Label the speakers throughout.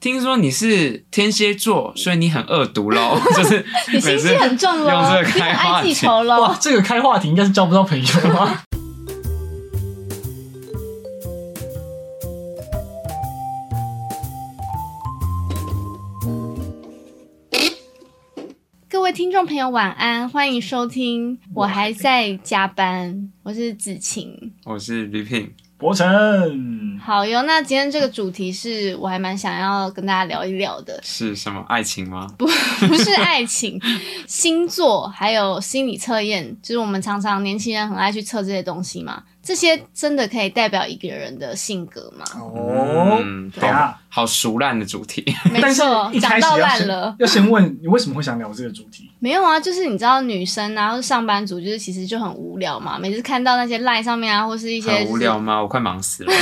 Speaker 1: 听说你是天蝎座，所以你很恶毒 喽，就是
Speaker 2: 你心机很重
Speaker 1: 每次用
Speaker 2: 喽，
Speaker 1: 这个
Speaker 2: 你很
Speaker 1: 开话
Speaker 2: 爱
Speaker 1: 题
Speaker 2: 记仇喽
Speaker 3: 哇，。这个开话题应该是交不到朋友吧？
Speaker 2: 各位听众朋友，晚安，欢迎收听。我还在加班，我是子晴。
Speaker 1: 我是 B Pin，
Speaker 3: 博成，
Speaker 2: 好哟，那今天这个主题是我还蛮想要跟大家聊一聊 的，
Speaker 1: 是什么爱情吗？
Speaker 2: 不是爱情，星座还有心理测验，就是我们常常年轻人很爱去测这些东西嘛。这些真的可以代表一个人的性格吗？
Speaker 3: 哦，
Speaker 1: 嗯，
Speaker 3: 等一下
Speaker 1: 好好熟烂的主题，
Speaker 2: 没
Speaker 3: 但是
Speaker 2: 错
Speaker 3: 一，
Speaker 2: 讲
Speaker 3: 开始
Speaker 2: 到
Speaker 3: 要
Speaker 2: 烂
Speaker 3: 先
Speaker 2: 了。
Speaker 3: 要先问你为什么会想聊这个主题？
Speaker 2: 没有啊，就是你知道女生啊，或是上班族，就是其实就很无聊嘛。每次看到那些 line 上面啊，或是一些、
Speaker 1: 很无聊。吗？我快忙死了。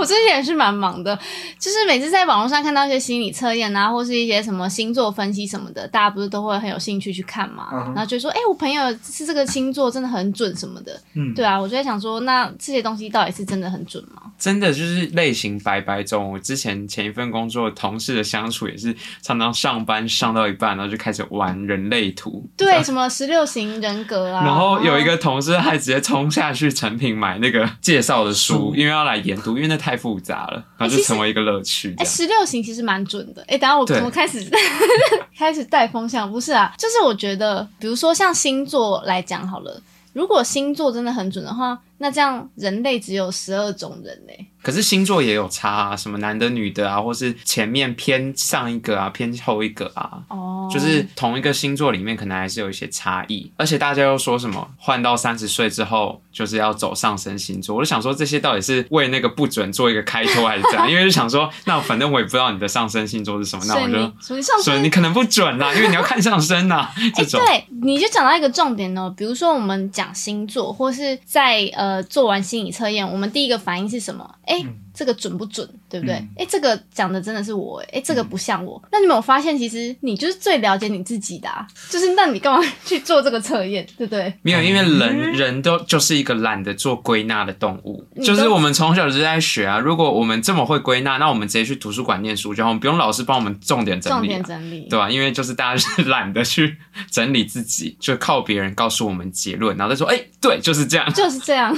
Speaker 2: 我之前也是 蛮忙的，就是每次在网络上看到一些心理测验啊，或是一些什么星座分析什么的，大家不是都会很有兴趣去看嘛。
Speaker 3: 嗯哼
Speaker 2: 然后就说，哎、我朋友是这个星座，真的很准什么的。
Speaker 3: 嗯，
Speaker 2: 对啊，我就在想说，那这些东西到底是真的很准吗？
Speaker 1: 真的就是类型百百种。我之前前一份工作同事的相处也是常常上班上到一半，然后就开始玩人类图。
Speaker 2: 对，啊什么十六型人格啊，
Speaker 1: 然后有一
Speaker 2: 然
Speaker 1: 个同事，他直接冲下去成品买那个介绍的书
Speaker 3: 书，
Speaker 2: 嗯
Speaker 1: 因为要来研读，因为那太复杂了，然后就成为一个乐趣这样。
Speaker 2: 哎，十六型其实蛮准的。哎，等一下我
Speaker 1: 对
Speaker 2: 怎么开始 开始带风向？不是啊，就是我觉得，比如说像星座来讲好了，如果星座真的很准的话，那这样人类只有十二种人欸嘞、
Speaker 1: 可是星座也有差啊，什么男的、女的啊，或是前面偏上一个啊，偏后一个啊，
Speaker 2: 哦，
Speaker 1: 就是同一个星座里面可能还是有一些差异。而且大家又说什么换到三十岁之后就是要走上升星座，我就想说这些到底是为那个不准做一个开脱还是怎 样？因为就想说，那反正我也不知道你的上升星座是什么，那
Speaker 2: 所
Speaker 1: 我
Speaker 2: 以
Speaker 1: 就
Speaker 2: 你。所以上
Speaker 1: 所以
Speaker 2: 升
Speaker 1: 你可能不准啦，因为你要看上升呐、这
Speaker 2: 哎，
Speaker 1: 种。
Speaker 2: 对，你就讲到一个重点哦。比如说，我们讲星座，或是在呃做完心理测验，我们第一个反应是什么？哎、
Speaker 1: 嗯
Speaker 2: 这个准不准，对不对？哎、这个讲的真的是我，
Speaker 1: 嗯
Speaker 2: 哎，这个不像我。那你有没有发现，其实你就是最了解你自己的、啊，就是那你干嘛去做这个测验，对不对？
Speaker 1: 没有，因为
Speaker 2: 嗯
Speaker 1: 人人都就是一个懒得做归纳的动物，
Speaker 2: 你
Speaker 1: 就是
Speaker 2: 都
Speaker 1: 我们从小就在学啊。如果我们这么会归纳，那我们直接去图书馆念书就好，我们不用老师帮我们重点整
Speaker 2: 重
Speaker 1: 理、啊
Speaker 2: 点，整理。
Speaker 1: 对吧、因为就是大家是懒得去整理自己， 就靠别人告诉我们结论，然后再说，哎、对，就是这样。
Speaker 2: 就是这样，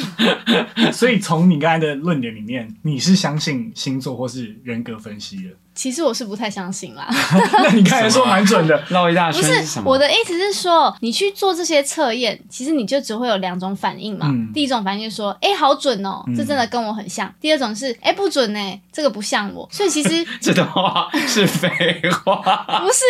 Speaker 3: 所以从你刚才的论点里面，你是相信星座或是人格分析 的？
Speaker 2: 其实我是不太相信啦。
Speaker 3: 那你刚才说蛮准的，
Speaker 1: 绕一大
Speaker 2: 不
Speaker 1: 圈
Speaker 2: 是
Speaker 1: 什
Speaker 2: 我
Speaker 1: 么？
Speaker 2: 的意思是说，你去做这些测验，其实你就只会有两种反应嘛。
Speaker 3: 嗯
Speaker 2: 第一种反应就是说，哎、好准哦、
Speaker 3: 嗯
Speaker 2: 这真的跟我很像；第二种是，哎、不准呢、这个不像 我。所以其实
Speaker 1: 这段话是废话。
Speaker 2: 不是，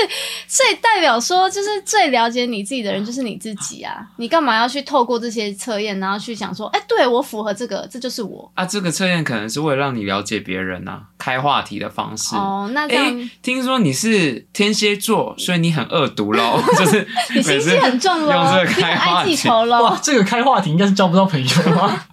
Speaker 2: 所以代表说，就是最了解你自己的人就是你自己啊。你干嘛要去透过这些测验，然后去想说，哎、对我符合这个，这就是我。
Speaker 1: 啊，这个测验可能是为了让你了解别人啊，开话题的方式。
Speaker 2: 哦，那这
Speaker 1: 哎、
Speaker 2: 样、
Speaker 1: 听说你是天蝎座，所以你很恶毒喽， 就是
Speaker 2: 你心
Speaker 1: 每
Speaker 2: 机
Speaker 1: 次
Speaker 2: 很重喽，
Speaker 1: 用这个
Speaker 2: 你很
Speaker 1: 开话
Speaker 2: 爱记
Speaker 1: 题。
Speaker 2: 仇喽
Speaker 3: 哇，。这个开话题应该是交不到朋友吧？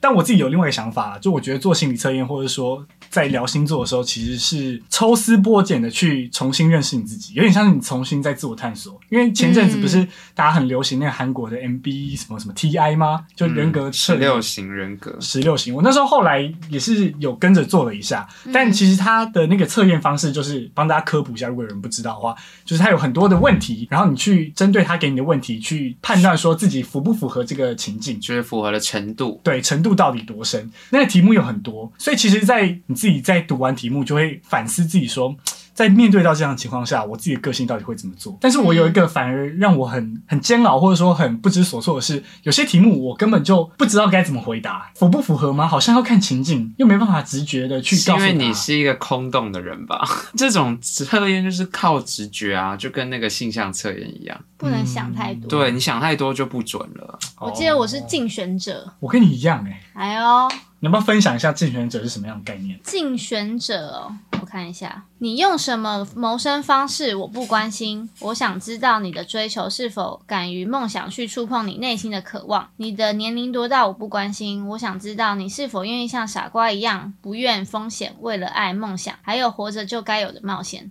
Speaker 3: 但我自己有另外一个想法，就我觉得做心理测验，或者说在聊星座的时候，其实是抽丝剥茧的去重新认识你自己，有点像是你重新在自我探索。因为前阵子不是大家很流行那个韩国的 MBE 什么什么 TI 吗？就人格测
Speaker 1: 十
Speaker 3: 验。
Speaker 1: 六嗯型人格，
Speaker 3: 十六型，我那时候后来也是有跟着做了一下，但其实它的那个测验方式就是帮大家科普一下，如果有人不知道的话，就是它有很多的问题，然后你去针对他给你的问题去判断说自己符不符合这个情境。
Speaker 1: 就是符合了程度。
Speaker 3: 对程度到底多深？那个题目有很多，所以其实，在你自己在读完题目，就会反思自己说，在面对到这样的情况下，我自己的个性到底会怎么做？但是我有一
Speaker 1: 嗯
Speaker 3: 个反而让我很很煎熬，或者说很不知所措的是，有些题目我根本就不知道该怎么回答，符不符合吗？好像要看情境，又没办法直觉的去
Speaker 1: 是
Speaker 3: 告
Speaker 1: 因
Speaker 3: 诉
Speaker 1: 为你
Speaker 3: 他。
Speaker 1: 是一个空洞的人吧？ 这种测验就是靠直觉啊，就跟那个性向测验一
Speaker 3: 嗯
Speaker 1: 样。
Speaker 2: 不能想太
Speaker 1: 嗯
Speaker 2: 多。
Speaker 1: 对，你想太多就不准了。
Speaker 2: 我记得我是
Speaker 3: 哦
Speaker 2: 竞选者，
Speaker 3: 我跟你一样哎、
Speaker 2: 哎呦。
Speaker 3: 你要不要分享一下竞选者是什么样的概念？
Speaker 2: 竞选者哦，我看一下，你用什么谋生方式我不关心，我想知道你的追求是否敢于梦想去触碰你内心的渴望。你的年龄多大我不关心，我想知道你是否愿意像傻瓜一样不愿风险，为了爱梦想，还有活着就该有的冒险。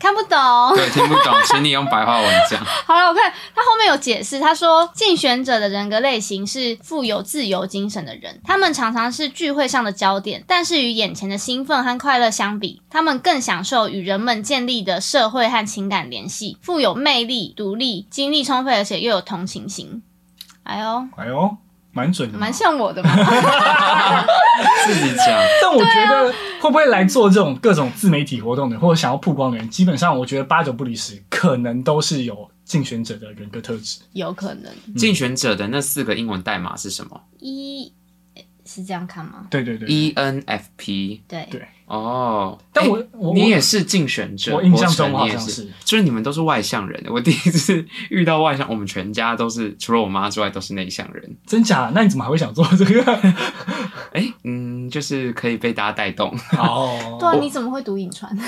Speaker 2: 看不懂。
Speaker 1: 对，听不懂，请你用白话文 讲。
Speaker 2: 好了，我看他后面有解释，他说竞选者的人格类型是富有自由精神的人，他们常常是聚会上的焦点，但是与眼前的兴奋和快乐相比，他们更享受与人们建立的社会和情感联系，富有魅力、独立、精力充沛，而且又有同情心。哎呦，
Speaker 3: 哎呦，蛮准的嘛，
Speaker 2: 蛮像我的嘛。
Speaker 1: 自己讲，
Speaker 3: 但我觉得会不会来做这种各种自媒体活动的，或者想要曝光的人，基本上我觉得八九不离十，可能都是有竞选者的人格特质。
Speaker 2: 有可能
Speaker 1: 竞选者的那四个英文代码是什么 E
Speaker 2: 一是这样看吗？
Speaker 3: 对对对，
Speaker 1: ？ENFP。
Speaker 2: 对
Speaker 3: 对
Speaker 1: 哦，
Speaker 3: 嗯但我
Speaker 1: 诶
Speaker 3: 我
Speaker 1: 你
Speaker 3: 我
Speaker 1: 也是竞选者，
Speaker 3: 我印象中
Speaker 1: 博成
Speaker 3: 好
Speaker 1: 你也
Speaker 3: 像
Speaker 1: 是
Speaker 3: 是，
Speaker 1: 就是你们都是外向人。我第一次遇到外向，我们全家都是除了我妈之外都是内向人。
Speaker 3: 真假？那你怎么还会想做 这个？
Speaker 1: 哎、嗯，就是可以被大家带动，
Speaker 3: 哦，
Speaker 2: 对啊，你怎么会读影
Speaker 1: 哦
Speaker 2: 传？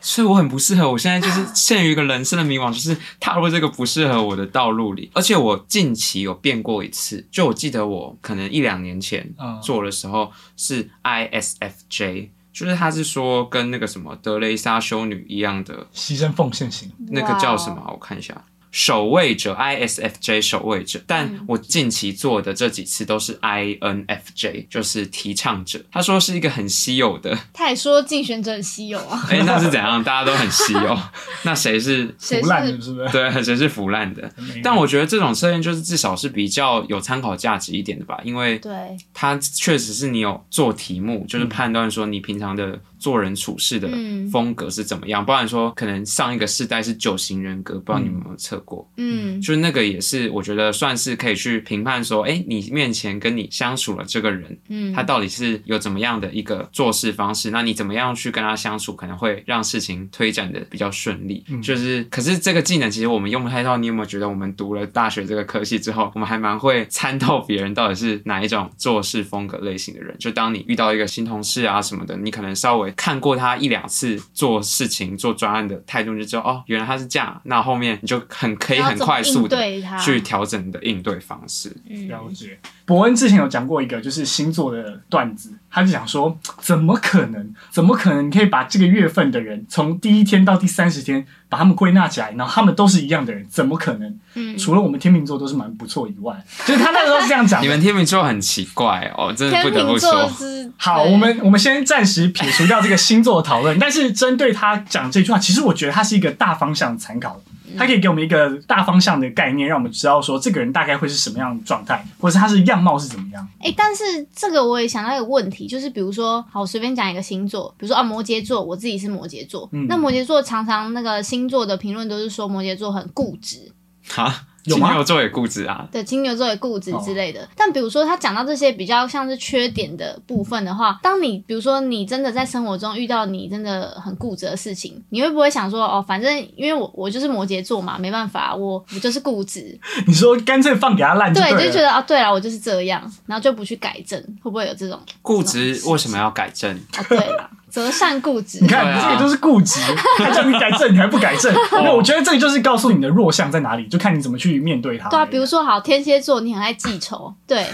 Speaker 1: 所以我很不适合。我现在就是陷于一个人生的迷惘，就是踏入这个不适合我的道路里。而且我近期有变过一次，就我记得我可能一两年前
Speaker 3: 嗯
Speaker 1: 做的时候是 ISFJ，就是他是说跟那个什么德雷莎修女一样的
Speaker 3: 牺牲奉献型，
Speaker 1: 那个叫 什么啊？我看一下，守卫者 ISFJ 守卫者，但我近期做的这几次都是 INFJ，就是提倡者。他说是一个很稀有的，
Speaker 2: 哇？他也说竞选者很稀有啊，
Speaker 1: 哎、那是怎样？大家都很稀有，那谁是？
Speaker 2: 谁
Speaker 3: 腐烂
Speaker 2: 是
Speaker 3: 是不是？
Speaker 1: 对，谁是腐烂的？但我觉得这种测验就是至少是比较有参考价值一点的吧，因为
Speaker 2: 对，
Speaker 1: 它确实是你有做题目，就是判断说你平常的做人处事的
Speaker 2: 嗯
Speaker 1: 风格是怎么样，不然说可能上一个世代是九型人格，不知道你们有没有测过？
Speaker 2: 嗯，
Speaker 1: 就那个也是，我觉得算是可以去评判说，哎、你面前跟你相处了这个人，
Speaker 2: 嗯
Speaker 1: 他到底是有怎么样的一个做事方式？那你怎么样去跟他相处，可能会让事情推展的比较顺利。就是，可是这个技能其实我们用不太到。你有没有觉得我们读了大学这个科系之后，我们还蛮会参透别人到底是哪一种做事风格类型的人？就当你遇到一个新同事啊什么的，你可能稍微看过他一两次做事情、做专案的态度，你就知道哦，原来他是这样。那后面你就很可以
Speaker 2: 要
Speaker 1: 很
Speaker 2: 怎么
Speaker 1: 快速
Speaker 2: 应
Speaker 1: 的
Speaker 2: 对他
Speaker 1: 去调整你的应对方式。
Speaker 3: 了
Speaker 2: 嗯，
Speaker 3: 解。伯恩之前有讲过一个就是星座的段子，他就讲说，怎么可能？怎么可能？你可以把这个月份的人从第一天到第三十天，把他们归纳起来，然后他们都是一样的人，怎么可能？
Speaker 2: 嗯
Speaker 3: 除了我们天秤座都是蛮不错以外， 就是他那个时候是这样讲的。
Speaker 1: 你们天秤座很奇怪哦，真的不
Speaker 2: 天
Speaker 1: 得不
Speaker 2: 秤
Speaker 1: 说。
Speaker 2: 座是
Speaker 3: 好，
Speaker 2: 对
Speaker 3: 我们我们先暂时撇除掉这个星座的讨论，但是针对他讲这句话，其实我觉得它是一个大方向参考，它可以给我们一个大方向的概念，让我们知道说这个人大概会是什么样的状态，或者是他是样貌是怎么样。
Speaker 2: 哎、但是这个我也想到一个问题，就是比如说，好，我随便讲一个星座，比如说啊，摩羯座，我自己是摩羯座，
Speaker 3: 嗯
Speaker 2: 那摩羯座常常那个星座的评论都是说摩羯座很固执，
Speaker 1: 哈，
Speaker 3: 有
Speaker 1: 金
Speaker 3: 吗
Speaker 1: 牛座也固执啊，
Speaker 2: 对，金牛座也固执
Speaker 3: 哦
Speaker 2: 之类的。但比如说他讲到这些比较像是缺点的部分的话，当你比如说你真的在生活中遇到你真的很固执的事情，你会不会想说，哦，反正因为我我就是摩羯座嘛，没办法，我我就是固执，
Speaker 3: 你说干脆放给他烂
Speaker 2: 对，
Speaker 3: 对
Speaker 2: 就
Speaker 3: 了。
Speaker 2: 觉得啊，对了，我就是这样，然后就不去改正，会不会有这种？
Speaker 1: 固执为什么要改 正？
Speaker 2: 啊，对了，择善固执。
Speaker 3: 你看，
Speaker 1: 对啊
Speaker 3: 这个就是固执，
Speaker 2: 啊
Speaker 3: 他叫你改正，你还不改 正。
Speaker 1: 哦
Speaker 3: 那我觉得这个就是告诉你的弱项在哪里，就看你怎么去面对它。
Speaker 2: 对啊，比如说好，天蝎座你很爱记仇， 对。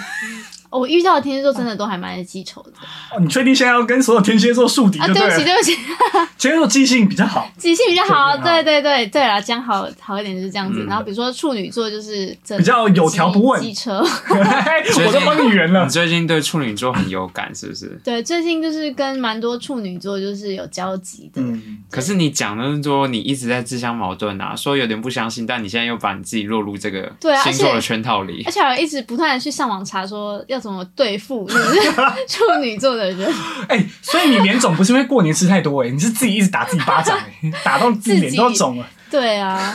Speaker 2: 哦我遇到的天蝎座真的都还蛮爱记仇的
Speaker 3: 哦，你确定现在要跟所有天蝎座树敌
Speaker 2: 啊！
Speaker 3: 就
Speaker 2: 对
Speaker 3: 对
Speaker 2: 不
Speaker 3: 了？
Speaker 2: 起，对不起，
Speaker 3: 天蝎座记性比较好，
Speaker 2: 记性比较好。
Speaker 3: 对
Speaker 2: 对对对对啦，这样好好一点就是这样子。
Speaker 1: 嗯
Speaker 2: 然后比如说处女座就是
Speaker 3: 比较有条不紊
Speaker 2: 记车。
Speaker 3: 我都帮你圆 了
Speaker 1: 你。最近对处女座很有感是不是？
Speaker 2: 对，最近就是跟蛮多处女座就是有交集的。
Speaker 3: 嗯，
Speaker 1: 可是你讲的是说你一直在自相矛盾啊，说有点不相信，但你现在又把你自己落入这个
Speaker 2: 对啊
Speaker 1: 星座
Speaker 2: 而
Speaker 1: 的
Speaker 2: 且
Speaker 1: 圈套里
Speaker 2: 而。且我一直不断的去上网查说要怎么对付就是 处女座的人，
Speaker 3: 哎、所以你脸肿不是因为过年吃太多哎、你是自己一直打自己巴掌哎、打到自己脸都要肿了。
Speaker 2: 对啊，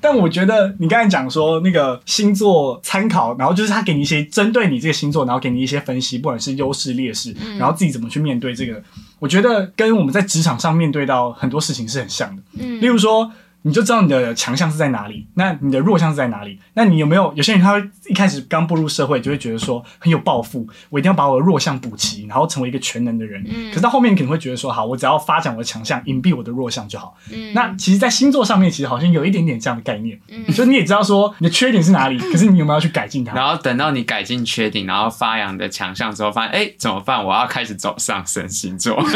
Speaker 3: 但我觉得你刚才讲说那个星座参考，然后就是他给你一些针对你这个星座，然后给你一些分析，不管是优势劣势，然后自己怎么去面对这个，我觉得跟我们在职场上面对到很多事情是很像的。
Speaker 2: 嗯
Speaker 3: 例如说，你就知道你的强项是在哪里，那你的弱项是在哪里。那你有没有有些人他会一开始刚步入社会就会觉得说很有抱负，我一定要把我的弱项补齐，然后成为一个全能的人。
Speaker 2: 嗯
Speaker 3: 可是到后面你可能会觉得说，好，我只要发展我的强项，隐蔽我的弱项就好。
Speaker 2: 嗯，
Speaker 3: 那其实，在星座上面，其实好像有一点点这样的概念，
Speaker 2: 嗯
Speaker 3: 就你也知道说你的缺点 是哪里，可是你有没有去改进它？
Speaker 1: 然后等到你改进缺点，然后发扬你的强项之后，发现哎怎么办？我要开始走上升星座。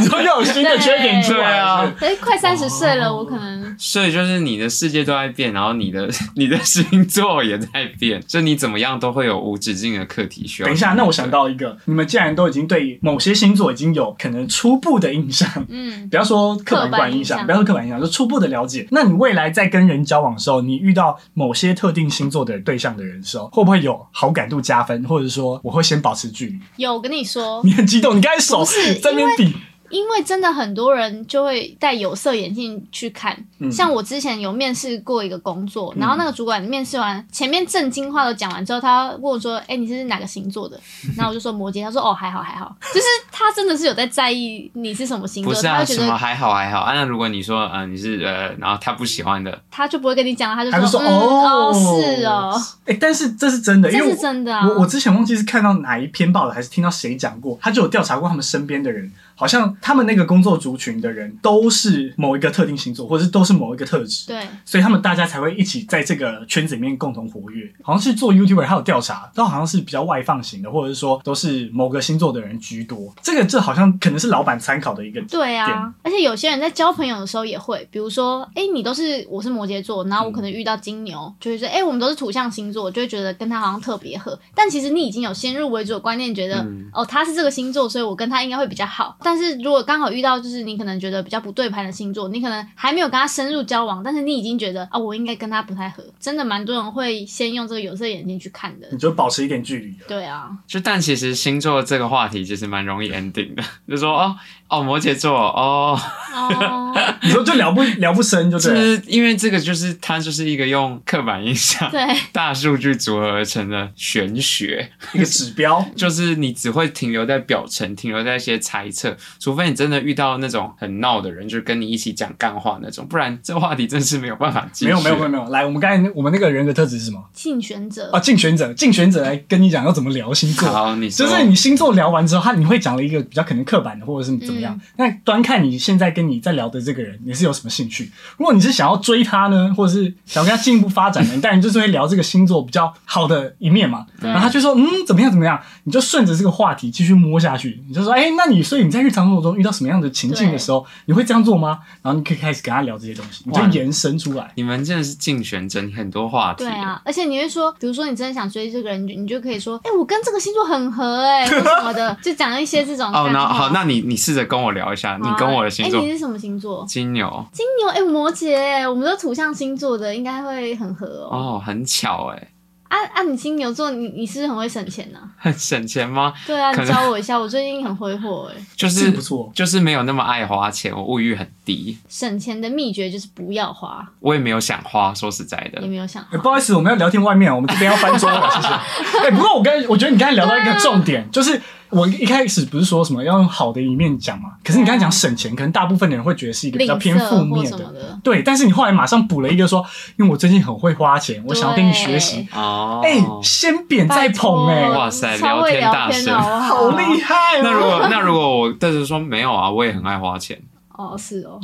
Speaker 3: 你说又有新的缺点出来了，是不是
Speaker 2: 哎，快三十岁
Speaker 3: 哦
Speaker 2: 了，我可能
Speaker 1: 所以就是你的世界都在变，然后你的 你的星座也在变，就你怎么样都会有无止境的课题需要。
Speaker 3: 等一下，那我想，到一个，你们既然都已经对某些星座已经有可能初步的印象，
Speaker 2: 嗯
Speaker 3: 不要说刻板
Speaker 2: 刻板
Speaker 3: 观
Speaker 2: 印
Speaker 3: 印象，
Speaker 2: 象
Speaker 3: 不要说刻板印象，就初步的了解。那你未来在跟人交往的时候，你遇到某些特定星座的对象的人的时候，会不会有好感度加分，或者说我会先保持距离？
Speaker 2: 有。我跟你说，
Speaker 3: 你很激动，你刚才手
Speaker 2: 哦不是
Speaker 3: 在那边比，
Speaker 2: 因为真的很多人就会戴有色眼镜去看，
Speaker 3: 嗯
Speaker 2: 像我之前有面试过一个工作，然后那个主管面试完，前面正经话都讲完之后，他问我说：“哎、你是哪个星座的？” 然后我就说摩羯，他说：“哦，还好还好。”就是他真的是有在在意你是什么星
Speaker 1: 不
Speaker 2: 座，
Speaker 1: 是
Speaker 2: 他
Speaker 1: 啊，
Speaker 2: 会觉
Speaker 1: 什么
Speaker 2: 得
Speaker 1: 还好还好啊。那如果你说呃你是呃，然后他不喜欢的，
Speaker 2: 他就不会跟你讲，他就
Speaker 3: 他就说
Speaker 2: 嗯、哦
Speaker 3: 哦
Speaker 2: 是哦，
Speaker 3: 哎、但是这是真的，因
Speaker 2: 这
Speaker 3: 为
Speaker 2: 是
Speaker 3: 我
Speaker 2: 真的啊。
Speaker 3: 我我之前忘记是看到哪一篇报道，还是听到谁讲过，他就有调查过他们身边的人，好像他们那个工作族群的人都是某一个特定星座，或者是都是某一个特质。
Speaker 2: 对，
Speaker 3: 所以他们大家才会一起在这个圈子里面共同活跃。好像是做 YouTuber，还有调查，都好像是比较外放型的，或者是说都是某个星座的人居多。这个这好像可能是老板参考的一个。
Speaker 2: 对啊，而且有些人在交朋友的时候也会，比如说，哎、你都是我是摩羯座，然后我可能遇到金牛，就会说，哎、我们都是土象星座，就会觉得跟他好像特别合。但其实你已经有先入为主的观念，觉得、
Speaker 1: 嗯
Speaker 2: 哦他是这个星座，所以我跟他应该会比较好。但是如果刚好遇到就是你可能觉得比较不对盘的星座，你可能还没有跟他深入交往，但是你已经觉得啊、我应该跟他不太合。真的蛮多人会先用这个有色眼镜去看的
Speaker 3: 你。就保持一点距离了。
Speaker 2: 对啊，
Speaker 1: 就但其实星座这个话题其实蛮容易 ending 的， 就说哦哦摩羯座哦，
Speaker 2: 哦，
Speaker 3: 你说就聊不 聊不深，就
Speaker 1: 就
Speaker 3: 对了。
Speaker 1: 是因为这个就是它就是一个用刻板印象、
Speaker 2: 对，
Speaker 1: 大数据组合而成的玄学。
Speaker 3: 一个指标。
Speaker 1: 就是你只会停留在表层，停留在一些猜测，除非你真的遇到那种很闹的人，就是跟你一起讲干话那种，不然这话题真是没有办法继续。
Speaker 3: 没有没有没有没有，来，我们刚才我们那个人格特质是什么
Speaker 2: 竞选者
Speaker 3: 啊？竞选者，竞选者来跟你讲要怎么聊星座。
Speaker 1: 好，你说
Speaker 3: 就是你星座聊完之后，他你会讲了一个比较可能刻板的，或者是怎么样。那端看你现在跟你在聊的这个人，你是有什么兴趣？如果你是想要追他呢，或者是想要跟他进一步发展呢，但你就是会聊这个星座比较好的一面嘛。
Speaker 2: 对
Speaker 3: 然后他就说，嗯，怎么样怎么样，你就顺着这个话题继续摸下去。你就说，哎、那你所以你在日常生活中遇到什么样的情境的时候，你会这样做吗？然后你可以开始跟他聊这些东西，你就
Speaker 1: 哇
Speaker 3: 延伸出来。
Speaker 1: 你们真的是竞选整很多话题。
Speaker 2: 对啊，而且你会说，比如说你真的想追这个人，你就你就可以说，哎、我跟这个星座很合、 哎，或什么的，就讲一些这种干话。
Speaker 1: 哦，那好，那你你试着跟我聊一下，你
Speaker 2: 好啊
Speaker 1: 跟我的星座
Speaker 2: 哎、你是什么星座？
Speaker 1: 金牛
Speaker 2: 金牛，哎、摩羯、哎我们都土象星座的，应该会很合哦。
Speaker 1: 哦，很巧哎，
Speaker 2: 啊啊，你金牛座，你你是不是很会省钱呢、啊？
Speaker 1: 很省钱吗？
Speaker 2: 对啊，
Speaker 1: 可
Speaker 2: 你
Speaker 1: 能
Speaker 2: 教我一下，我最近很挥霍、哎，
Speaker 1: 就
Speaker 3: 这
Speaker 1: 是
Speaker 3: 个不错
Speaker 1: 就是没有那么爱花钱，我物欲很低，
Speaker 2: 省钱的秘诀就是不要花，
Speaker 1: 我也没有想花，说实在的
Speaker 2: 也，没有想
Speaker 3: 哎、不好意思，我们要聊天外面，我们这边要翻 桌了，谢谢。哎、不过我刚才我觉得你刚才聊到一个重点，
Speaker 2: 嗯
Speaker 3: 就是我一开始不是说什么要用好的一面讲嘛，可是你刚才讲省钱，可能大部分的人会觉得是一个比
Speaker 2: 吝
Speaker 3: 较偏负
Speaker 2: 啬或
Speaker 3: 面
Speaker 2: 什么
Speaker 3: 的。
Speaker 2: 的。
Speaker 3: 对，但是你后来马上补了一个说，因为我最近很会花钱，我想要跟你学习。
Speaker 1: 哦，
Speaker 3: 哎、先贬
Speaker 2: 拜
Speaker 3: 再
Speaker 2: 托
Speaker 3: 捧、哎，
Speaker 1: 哇塞
Speaker 2: 超会
Speaker 1: 聊天大
Speaker 2: 聊天
Speaker 1: 神
Speaker 2: 的好不好？
Speaker 3: 好厉害、哦！
Speaker 1: 那如果那如果我但是说没有啊，我也很爱花钱。
Speaker 2: 哦，是哦。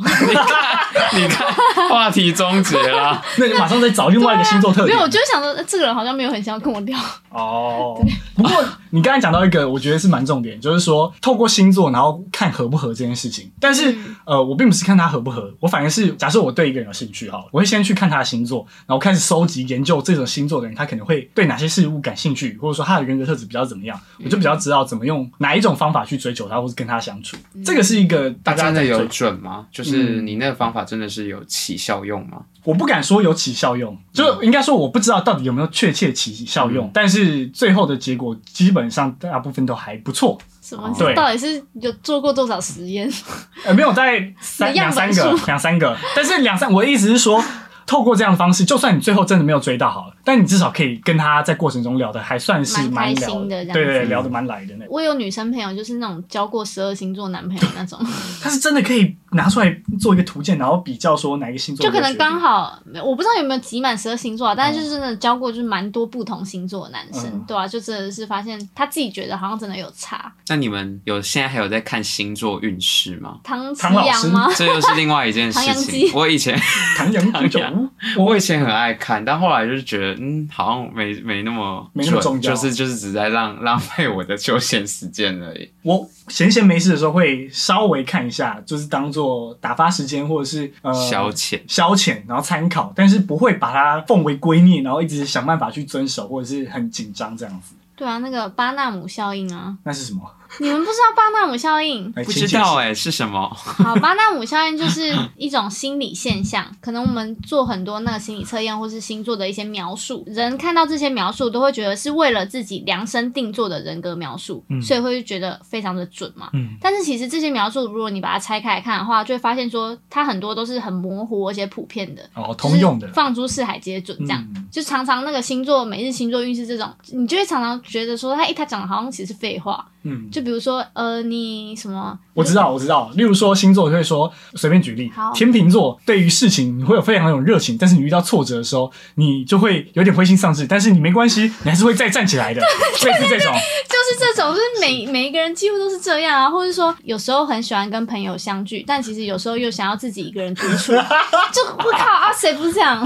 Speaker 1: 你看，话题终结了。
Speaker 3: 那你马上再找另外一个星座特
Speaker 2: 啊没
Speaker 3: 点。
Speaker 2: 有，我就想说，呃这个人好像没有很想要跟我聊。
Speaker 3: 哦，不过你刚才讲到一个，我觉得是蛮重点，就是说透过星座，然后看合不合这件事情。但是、
Speaker 2: 嗯
Speaker 3: 呃，我并不是看他合不合，我反而是假设我对一个人有兴趣哈，我会先去看他的星座，然后开始收集研究这种星座的人，他可能会对哪些事物感兴趣，或者说他的人格特质比较怎么样，我就比较知道怎么用哪一种方法去追求他，或是跟他相处。这个是一嗯个
Speaker 1: 大
Speaker 3: 大家
Speaker 1: 家
Speaker 3: 在
Speaker 1: 啊的
Speaker 3: 追嗯
Speaker 1: 有准吗？就是你那个方法真的是有起效用吗？
Speaker 3: 我不敢说有起效用，就应该说我不知道到底有没有确切起效用，但是最后的结果基本上大部分都还不错。
Speaker 2: 什么？
Speaker 3: 对
Speaker 2: 到底是有做过多少实验？
Speaker 3: 呃，没有在三
Speaker 2: 样
Speaker 3: 两
Speaker 2: 本
Speaker 3: 三个
Speaker 2: 数，
Speaker 3: 两三个，但是两三，我的意思是说，透过这样的方式，就算你最后真的没有追到好了，但你至少可以跟他在过程中聊的还算是
Speaker 2: 蛮
Speaker 3: 蛮
Speaker 2: 开
Speaker 3: 聊
Speaker 2: 心的这样子
Speaker 3: 对对，聊得蛮来的那种。
Speaker 2: 我有女生朋友，就是那种交过十二星座男朋友那种，
Speaker 3: 他是真的可以拿出来做一个图鉴，然后比较说哪一个星座
Speaker 2: 就可能刚
Speaker 3: 好
Speaker 2: 好，我不知道有没有集满十二星座啊，但是就是真的交过就是蛮多不同星座的男生，
Speaker 3: 嗯
Speaker 2: 对啊，就真的是发现他自己觉得好像真的有差。
Speaker 1: 那你们有现在还有在看星座运势吗？
Speaker 2: 唐奇
Speaker 3: 唐老
Speaker 2: 阳
Speaker 3: 师
Speaker 2: 吗？
Speaker 1: 这又是另外一件 事
Speaker 2: 唐扬
Speaker 1: 情
Speaker 2: 鸡。
Speaker 1: 我以前
Speaker 3: 唐阳古酒
Speaker 1: 唐阳我以前很爱看，但后来就是觉得，嗯，好像没没那么
Speaker 3: 没那么
Speaker 1: 准
Speaker 3: 重
Speaker 1: 就
Speaker 3: 要
Speaker 1: 是就是只在浪 浪费我的休闲时间而已。
Speaker 3: 我闲闲没事的时候会稍微看一下，就是当做打发时间，或者是呃
Speaker 1: 消遣
Speaker 3: 消遣，然后参考，但是不会把它奉为圭臬，然后一直想办法去遵守，或者是很紧张这样子。
Speaker 2: 对啊，那个巴纳姆效应啊，
Speaker 3: 那是什么？
Speaker 2: 你们不知道巴纳姆效应？
Speaker 3: 来
Speaker 1: 不
Speaker 3: 请
Speaker 1: 知
Speaker 3: 解释
Speaker 1: 道哎、是什么？
Speaker 2: 好，巴纳姆效应就是一种心理现象，可能我们做很多那个心理测验或是星座的一些描述，人看到这些描述都会觉得是为了自己量身定做的人格描述，
Speaker 3: 嗯
Speaker 2: 所以会觉得非常的准嘛。
Speaker 3: 嗯
Speaker 2: 但是其实这些描述，如果你把它拆开来看的话，就会发现说它很多都是很模糊而且普遍的，
Speaker 3: 哦，通用的
Speaker 2: 就是放诸四海皆准这样。
Speaker 3: 嗯
Speaker 2: 就常常那个星座每日星座运势这种，你就会常常觉得说，哎、他讲的好像其实是废话。
Speaker 3: 嗯，
Speaker 2: 就比如说，呃，你什么，
Speaker 3: 我知道，我知道。例如说星座，就会说随便举例
Speaker 2: 好，
Speaker 3: 天秤座对于事情你会有非常有热情，但是你遇到挫折的时候，你就会有点灰心丧志，但是你没关系，你还是会再站起 来的，类似这种。
Speaker 2: 就是这种，就是每每一个人几乎都是这样啊，或者说有时候很喜欢跟朋友相聚，但其实有时候又想要自己一个人独处，就我靠啊，谁不是这样？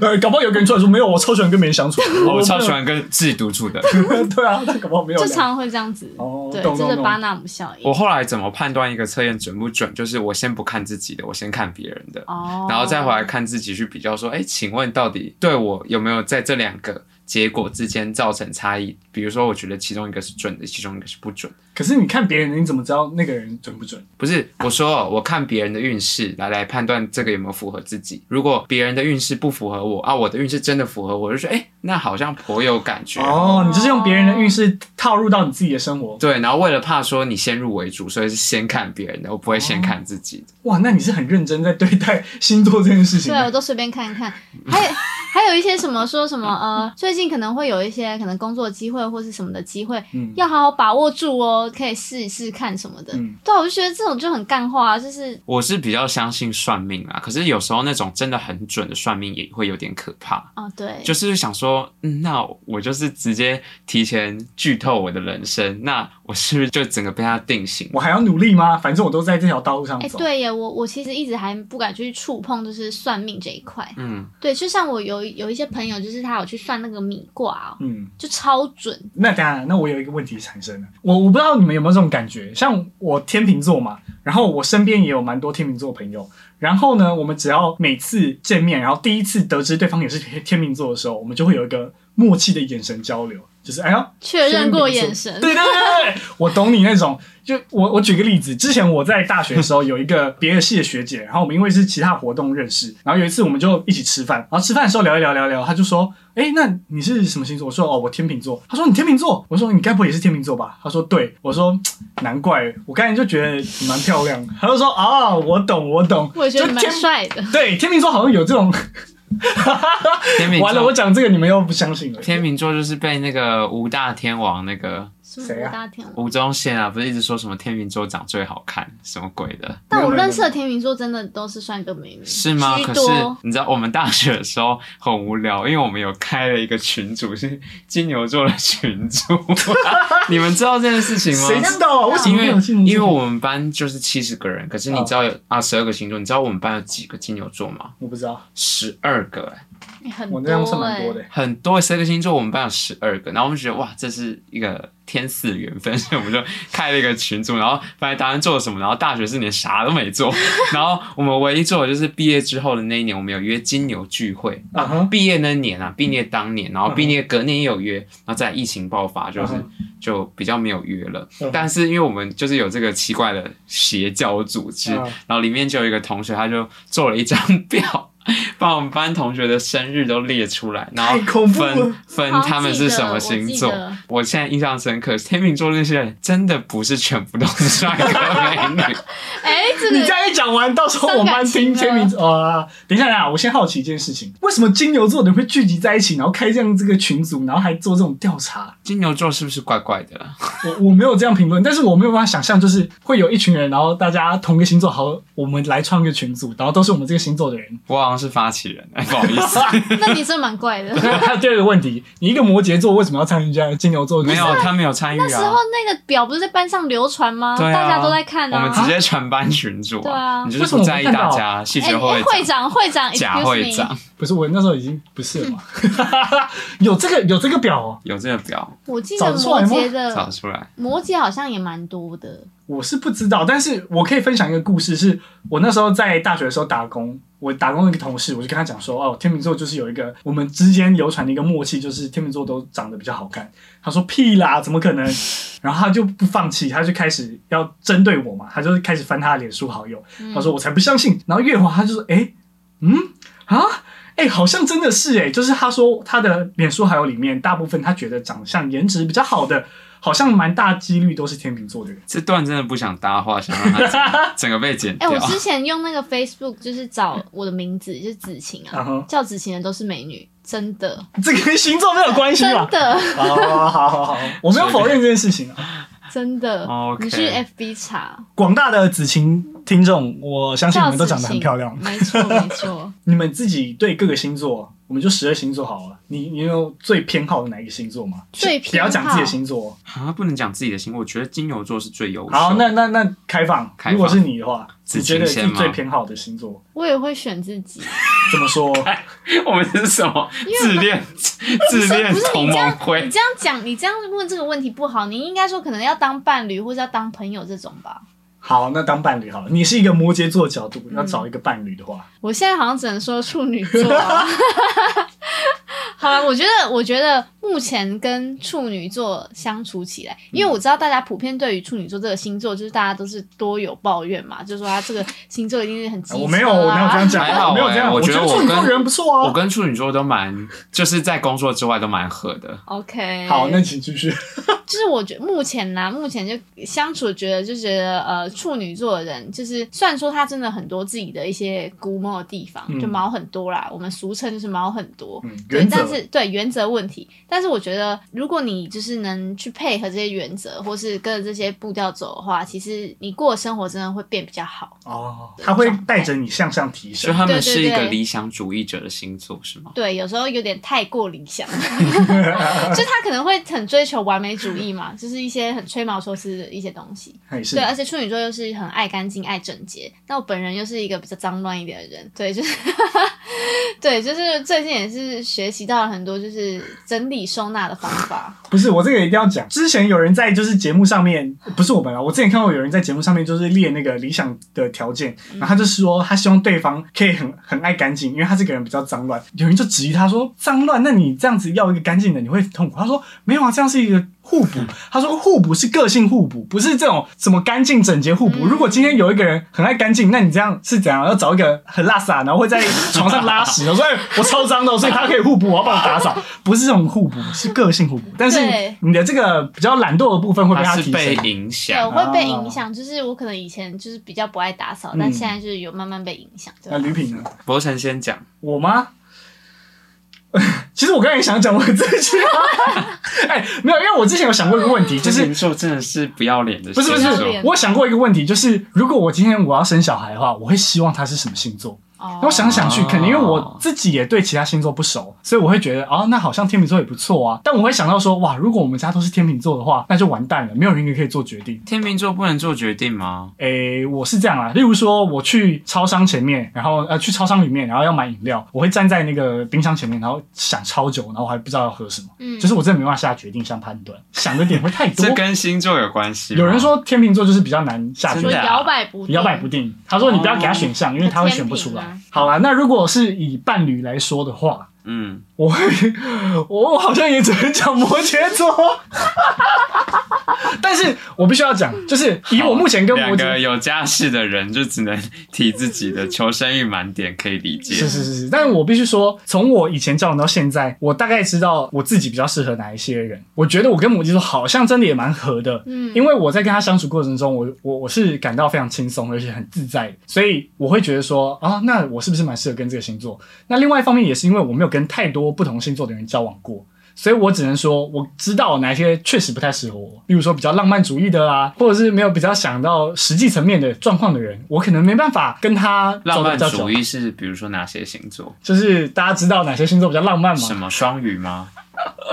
Speaker 3: 呃，搞不好有个人出来说没有，我超喜欢跟别人相处，
Speaker 1: 哦我超喜欢跟自己独处的。
Speaker 3: 欢。 对啊，但搞不好没有
Speaker 2: 就
Speaker 3: 两个。
Speaker 2: 常常会这样子。
Speaker 3: 哦
Speaker 2: 对，
Speaker 3: 懂
Speaker 2: 这
Speaker 3: 懂
Speaker 2: 是
Speaker 3: 懂
Speaker 2: 巴纳姆效应
Speaker 1: 我。后来怎么判断一个测验准不准？就是我先不看自己的，我先看别人的，
Speaker 2: 哦，
Speaker 1: 然后再回来看自己去比较，说，哎、请问到底对我有没有在这两个结果之间造成差异？比如说，我觉得其中一个是准的，其中一个是不准。
Speaker 3: 可是你看别人的，你怎么知道那个人准不准？
Speaker 1: 不是我说哦，我看别人的运势来来判断这个有没有符合自己。如果别人的运势不符合我啊，我的运势真的符合我，我就说哎、诶那好像颇有感觉。
Speaker 3: 哦，你就是用别人的运势套入到你自己的生活。
Speaker 1: 对，然后为了怕说你先入为主，所以是先看别人的，我不会先看自己的。
Speaker 3: 哇，那你是很认真在对待星座这件事情
Speaker 2: 对，
Speaker 3: 的。
Speaker 2: 我都随便看一看。还有还有一些什么说什么呃，最近可能会有一些可能工作机会或是什么的机会，
Speaker 3: 嗯
Speaker 2: 要好好把握住哦，可以试一试看什么的。
Speaker 3: 嗯
Speaker 2: 对啊，我就觉得这种就很干话、啊，就是
Speaker 1: 我是比较相信算命啦，可是有时候那种真的很准的算命也会有点可怕，
Speaker 2: 哦对，
Speaker 1: 就是想说，嗯，那我就是直接提前剧透我的人生，那我是不是就整个被他定型？
Speaker 3: 我还要努力吗？反正我都在这条道路上
Speaker 2: 哎、
Speaker 3: 走。
Speaker 2: 对耶，我我其实一直还不敢去触碰，就是算命这一块。
Speaker 1: 嗯，
Speaker 2: 对，就像我有有一些朋友，就是他有去算那个米卦哦，
Speaker 3: 嗯，
Speaker 2: 就超准。
Speaker 3: 那当然，那我有一个问题产生了，我我不知道你们有没有这种感觉，像我天秤座嘛，然后我身边也有蛮多天秤座朋友，然后呢，我们只要每次见面，然后第一次得知对方也是天天秤座的时候，我们就会有一个默契的眼神交流，就是哎呦，
Speaker 2: 确认过眼神，
Speaker 3: 对对对对，对我懂你那种。就我我举个例子，之前我在大学的时候有一个别的系的学姐，然后我们因为是其他活动认识，然后有一次我们就一起吃饭，然后吃饭的时候聊一聊聊一聊，她就说：“哎，那你是什么星座？”我说：“哦，我天秤座。”她说：“你天秤座？”我说：“你该不会也是天秤座吧？”她说：“对。”我说嘖：“难怪，我刚才就觉得你蛮漂亮。”她就说：“啊、我懂，我懂。”
Speaker 2: 我也觉得
Speaker 3: 就
Speaker 2: 蛮
Speaker 3: 天。
Speaker 2: 帅的。
Speaker 3: 对，天秤座好像有这种，
Speaker 1: 天秤
Speaker 3: 完了，
Speaker 1: 座
Speaker 3: 我讲这个你们又不相信了。
Speaker 1: 天秤座就是被那个五大天王那个
Speaker 2: 什么
Speaker 3: 谁啊
Speaker 2: 五大天王？
Speaker 1: 吴宗宪啊，不是一直说什么天秤座长最好看，什么鬼的，
Speaker 2: 但我
Speaker 3: 没有没有
Speaker 2: 认识的天秤座真的都是帅哥美女，
Speaker 1: 是吗？
Speaker 2: 居
Speaker 1: 可是
Speaker 2: 多。
Speaker 1: 你知道我们大学的时候很无聊，因为我们有开了一个群组，是金牛座的群组， 你们知道这件事情吗？
Speaker 3: 谁知道啊？为什
Speaker 1: 因
Speaker 3: 么会
Speaker 1: 为
Speaker 3: 有信
Speaker 1: 因为我们班就是七十个人，可是你知道有啊十二个星座，你知道我们班有几个金牛座吗？
Speaker 3: 我不知道，
Speaker 1: 十二个、欸，
Speaker 2: 欸很
Speaker 3: 我那样算蛮
Speaker 2: 欸
Speaker 3: 多的。
Speaker 1: 很多十二个星座，我们班有十二个，然后我们就觉得哇，这是一个天赐缘分， 所以我们就开了一个群组，然后发现答案做了什么，然后大学四年啥都没做， 然后我们唯一做的就是毕业之后的那一年，我们有约金牛聚会，
Speaker 3: 啊哈，
Speaker 1: 毕业那年啊，毕业当年，然后
Speaker 3: 嗯
Speaker 1: 毕业隔年也有约，然后在疫情爆发，就是
Speaker 3: 嗯
Speaker 1: 就比较没有约了
Speaker 3: 嗯。
Speaker 1: 但是因为我们就是有这个奇怪的邪教组织，
Speaker 3: 嗯
Speaker 1: 然后里面就有一个同学，他就做了一张表， 把我们班同学的生日都列出来，然后
Speaker 3: 太恐怖
Speaker 1: 分
Speaker 3: 了
Speaker 1: 分他们是什么星座
Speaker 2: 好像记得我记得。
Speaker 1: 我现在 印象深刻，天秤座那些人真的不是全部都是帅哥美女。
Speaker 2: 哎，这
Speaker 3: 你
Speaker 2: 个
Speaker 3: 这样一讲完，到时候我们班听签名啊，等一下啊，我先好奇一件事情，为什么金牛座的人会聚集在一起，然后开这样这个群组，然后还做这种调查？
Speaker 1: 金牛座是不是怪怪的？
Speaker 3: 我我没有这样评论，但是我没有办法想象，就是会有一群人，然后大家同个星座，好，我们来创一个群组，然后都是我们这个星座的人。
Speaker 1: 我好像是发起人，哎，不好意 思，
Speaker 2: 那你是蛮怪的。
Speaker 3: 还有第二个问题，你一个摩羯座为什么要参与这样金牛座？
Speaker 1: 没有，他没有参与
Speaker 2: 那时候
Speaker 1: 啊。
Speaker 2: 那个表不是在班上流传吗？
Speaker 1: 对啊
Speaker 2: 大家都在看
Speaker 1: 我们直
Speaker 2: 啊。
Speaker 1: 接传班群主
Speaker 2: 对啊
Speaker 1: 你就是不在意大家，细
Speaker 2: 哎，
Speaker 1: 节
Speaker 2: 哎
Speaker 1: 会
Speaker 2: 会长，会长，
Speaker 1: 假
Speaker 2: excuse
Speaker 1: 会
Speaker 2: me
Speaker 1: 长
Speaker 3: 不是我那时候已经不是了嘛， 有这个有这个表哦，
Speaker 1: 有这个表
Speaker 2: 我记
Speaker 3: 找
Speaker 2: 得
Speaker 3: 得出来
Speaker 2: 摩
Speaker 3: 吗
Speaker 2: 羯
Speaker 1: 找
Speaker 2: 的
Speaker 1: 出来，
Speaker 2: 摩羯好像也蛮多的。
Speaker 3: 我是不知道，但是我可以分享一个故事，是我那时候在大学的时候打工，我打工的一个同事，我就跟他讲说，哦，天秤座就是有一个我们之间流传的一个默契，就是天秤座都长得比较好看。他说屁啦，怎么可能？ 然后他就不放弃，他就开始要针对我嘛，他就开始翻他的脸书好友，
Speaker 2: 嗯
Speaker 3: 他说我才不相信。然后月华他就说，哎，嗯啊。哎、好像真的是哎、就是他说他的脸书好友里面，大部分他觉得长相颜值比较好的，好像蛮大几率都是天秤座的人。
Speaker 1: 这段真的不想搭话，想让他整 个整个被剪
Speaker 2: 哎、
Speaker 1: 掉。
Speaker 2: 我
Speaker 3: 啊
Speaker 2: 之前用那个 Facebook 就是找我的名字，就是子晴
Speaker 3: 嗯
Speaker 2: 啊
Speaker 3: 哼，
Speaker 2: 叫子晴的都是美女，真的，
Speaker 3: 这个跟星座没有关系
Speaker 2: 真
Speaker 3: 吧？
Speaker 2: 的，
Speaker 3: 好
Speaker 1: 哦
Speaker 3: 好好好，我没有否认这件事情啊。
Speaker 2: 真的。
Speaker 3: 哦
Speaker 1: OK
Speaker 2: 你去 FB 查，
Speaker 3: 广大的子晴听众，我相信你
Speaker 2: 叫
Speaker 3: 们都
Speaker 2: 子
Speaker 3: 长得很
Speaker 2: 晴
Speaker 3: 漂亮。
Speaker 2: 没错没错。
Speaker 3: 你们自己对各个星座，我们就十二星座好了。你你有最偏好的哪一个星座吗？
Speaker 2: 最
Speaker 3: 不
Speaker 2: 偏
Speaker 3: 要
Speaker 2: 好
Speaker 3: 讲自己的星座哦。
Speaker 1: 啊，不能讲自己的星座，我觉得金牛座是最优秀。
Speaker 3: 好，那那那开放，
Speaker 1: 开放
Speaker 3: 如果是你的话，
Speaker 1: 子
Speaker 3: 你觉
Speaker 1: 晴
Speaker 3: 得
Speaker 1: 先
Speaker 3: 是
Speaker 1: 吗
Speaker 3: 最偏好的星座？
Speaker 2: 我也会选自 己，
Speaker 3: 怎么说？
Speaker 1: 我们是什么 自恋自
Speaker 2: 不是
Speaker 1: 恋
Speaker 2: 不是
Speaker 1: 同
Speaker 2: 你这
Speaker 1: 盟
Speaker 2: 样你
Speaker 1: 会？
Speaker 2: 这样讲，你这样问这个问题不好，你应该说可能要当伴侣或者要当朋友这种吧。
Speaker 3: 好，那当伴侣好了。你是一个摩羯座的角度，要找一个伴侣的话，
Speaker 2: 我现在好像只能说处女座、啊。好了，我觉得，我觉得目前跟处女座相处起来，因为我知道大家普遍对于处女座这个星座，就是大家都是多有抱怨嘛，就是说他这个星座一定是很机车、啊。
Speaker 3: 我没有，我没有这样讲，
Speaker 1: 嗯还好
Speaker 3: 我没有这
Speaker 1: 哎
Speaker 3: 样。
Speaker 1: 我觉
Speaker 3: 觉
Speaker 1: 得
Speaker 3: 得
Speaker 1: 我
Speaker 3: 处女座
Speaker 1: 跟
Speaker 3: 人不错啊。
Speaker 1: 我跟处女座都蛮，就是在工作之外都蛮合的。
Speaker 2: OK，
Speaker 3: 好，那请继续。
Speaker 2: 就是我觉得目前呢、目前就相处觉得就觉得呃，处女座的人就是虽然说他真的很多自己的一些估摸的地方，
Speaker 3: 嗯
Speaker 2: 就毛很多啦，我们俗称就是毛很多，
Speaker 3: 嗯
Speaker 2: 对，
Speaker 3: 原则
Speaker 2: 但是对原则问题，但是我觉得如果你就是能去配合这些原则，或是跟着这些步调走的话，其实你过的生活真的会变比较好。
Speaker 3: 哦，他会带着你向上提
Speaker 1: 所以
Speaker 3: 升。
Speaker 1: 他们
Speaker 2: 对对
Speaker 1: 是一个
Speaker 2: 对
Speaker 1: 理想主义者的星座，是吗？
Speaker 2: 对，有时候有点太过理想， 就他可能会很追求完美主义嘛，就是一些很吹毛求疵的一些东西。
Speaker 3: 还是
Speaker 2: 对，而且处女座又是很爱干净、爱整洁。那我本人又是一个比较脏乱一点的人，对，就是 对，就是最近也是学习到了很多就是整理收纳的方 法。
Speaker 3: 不是我这个一定要讲。之前有人在就是节目上面，不是我们啊，我之前看过有人在节目上面就是列那个理想的条件，然后他就说他希望对方可以很很爱干净，因为他这个人比较脏乱。有人就质疑他说脏乱，那你这样子要一个干净的，你会痛苦。他说没有啊，这样是一个互补。他说互补是个性互补，不是这种什么干净整洁互补。
Speaker 2: 嗯
Speaker 3: 如果今天有一个人很爱干净，那你这样是怎样？要找一个很拉撒，然后会在床上拉屎的，所以我超脏的，所以他可以互补，我要帮我打扫。不是这种互补，是个性互补。但是
Speaker 2: 对
Speaker 3: 你的这个比较懒惰的部分会被他
Speaker 1: 他是
Speaker 3: 提
Speaker 1: 被
Speaker 3: 升。
Speaker 1: 影
Speaker 2: 对，
Speaker 1: 响
Speaker 2: 我，会被
Speaker 3: 啊
Speaker 2: 影响，就是我可能以前就是比较不爱打扫，
Speaker 3: 嗯
Speaker 2: 但现在就是有慢慢被影响。对
Speaker 3: 那
Speaker 2: 吧，
Speaker 3: 吕品呢？
Speaker 1: 博成先讲，
Speaker 3: 我吗？ 其实我刚才也想讲我自己、啊， 哎、没有，因为我之前有想过一个问题，就
Speaker 1: 就是是座真的是不要脸的
Speaker 3: 不
Speaker 1: 星
Speaker 3: 是
Speaker 1: 座，
Speaker 3: 不
Speaker 2: 不要
Speaker 3: 是
Speaker 2: 脸，
Speaker 3: 我想过一个问题，就是如果我今天我要生小孩的话，我会希望他是什么星座？
Speaker 2: 哦
Speaker 3: 那我想想去，
Speaker 1: 哦
Speaker 3: 可能因为我自己也对其他星座不熟，所以我会觉得啊，那好像天秤座也不错啊。但我会想到说，哇，如果我们家都是天秤座的话，那就完蛋了，没有人可以做决定。
Speaker 1: 天秤座不能做决定吗？
Speaker 3: 诶，我是这样啊，例如说我去超商前面，然后呃去超商里面，然后要买饮料，我会站在那个冰箱前面，然后想超久，然后我还不知道要喝什么，
Speaker 2: 嗯，
Speaker 3: 就是我真的没办法下决定、下判断，想的点会太多
Speaker 1: 这。跟星座有关系吗。
Speaker 3: 有人说天秤座就是比较难下决
Speaker 1: 真
Speaker 3: 定
Speaker 2: 说
Speaker 1: 的。啊
Speaker 2: 摇摆不定
Speaker 3: 摇摆不定。他说你不要给他选项，因为他会选不出
Speaker 2: 哦天平
Speaker 3: 来
Speaker 2: 啊。
Speaker 3: 好啦，那如果是以伴侣来说的话，
Speaker 1: 嗯，
Speaker 3: 我会，我我好像也只能讲摩羯座。 但是我必须要讲，就是以我目前跟
Speaker 1: 两
Speaker 3: 摩羯
Speaker 1: 个有家室的人，就只能提自己的求生欲满点，可以理解。
Speaker 3: 是是是是，但是我必须说，从我以前交往到现在，我大概知道我自己比较适合哪一些人。我觉得我跟母鸡座好像真的也蛮合的，
Speaker 2: 嗯
Speaker 3: 因为我在跟他相处过程中，我我我是感到非常轻松而且很自在的，所以我会觉得说啊，那我是不是蛮适合跟这个星座？那另外一方面也是因为我没有跟太多不同星座的人交往过。所以我只能说，我知道哪些确实不太适合我，例如说比较浪漫主义的啊，或者是没有比较想到实际层面的状况的人，我可能没办法跟他
Speaker 1: 浪
Speaker 3: 走得
Speaker 1: 漫
Speaker 3: 比较久
Speaker 1: 主义是比如说哪些星座？
Speaker 3: 就是大家知道哪些星座比较浪漫
Speaker 1: 什
Speaker 3: 嘛？
Speaker 1: 么双鱼吗？